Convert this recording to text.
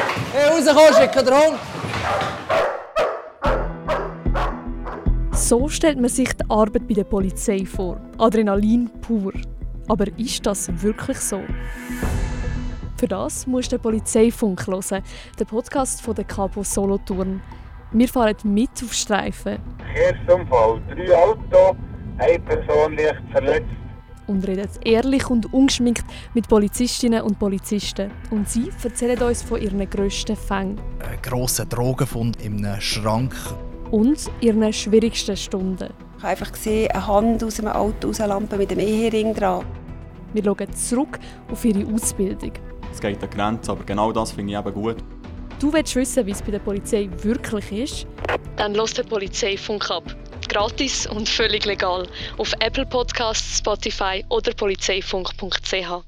Hey, rauskommen, schicken den Hund! So stellt man sich die Arbeit bei der Polizei vor. Adrenalin pur. Aber ist das wirklich so? Für das musst du den Polizeifunk hören, den Podcast von der Capo Solothurn. Wir fahren mit auf Streifen Verkehrsunfall. Drei Auto, eine Person leicht verletzt. und reden ehrlich und ungeschminkt mit Polizistinnen und Polizisten. Und sie erzählen uns von ihren grössten Fängen einen äh, grossen Drogenfund in einem Schrank. und ihren schwierigsten Stunden. Ich habe einfach gesehen, eine Hand aus einem Auto rauslampen mit einem Ehering dran. Wir schauen zurück auf ihre Ausbildung. Es geht an die Grenze, aber genau das finde ich eben gut. Du willst wissen, wie es bei der Polizei wirklich ist? Dann los den Polizeifunk ab. Gratis und völlig legal. Auf Apple Podcasts, Spotify oder polizeifunk.ch.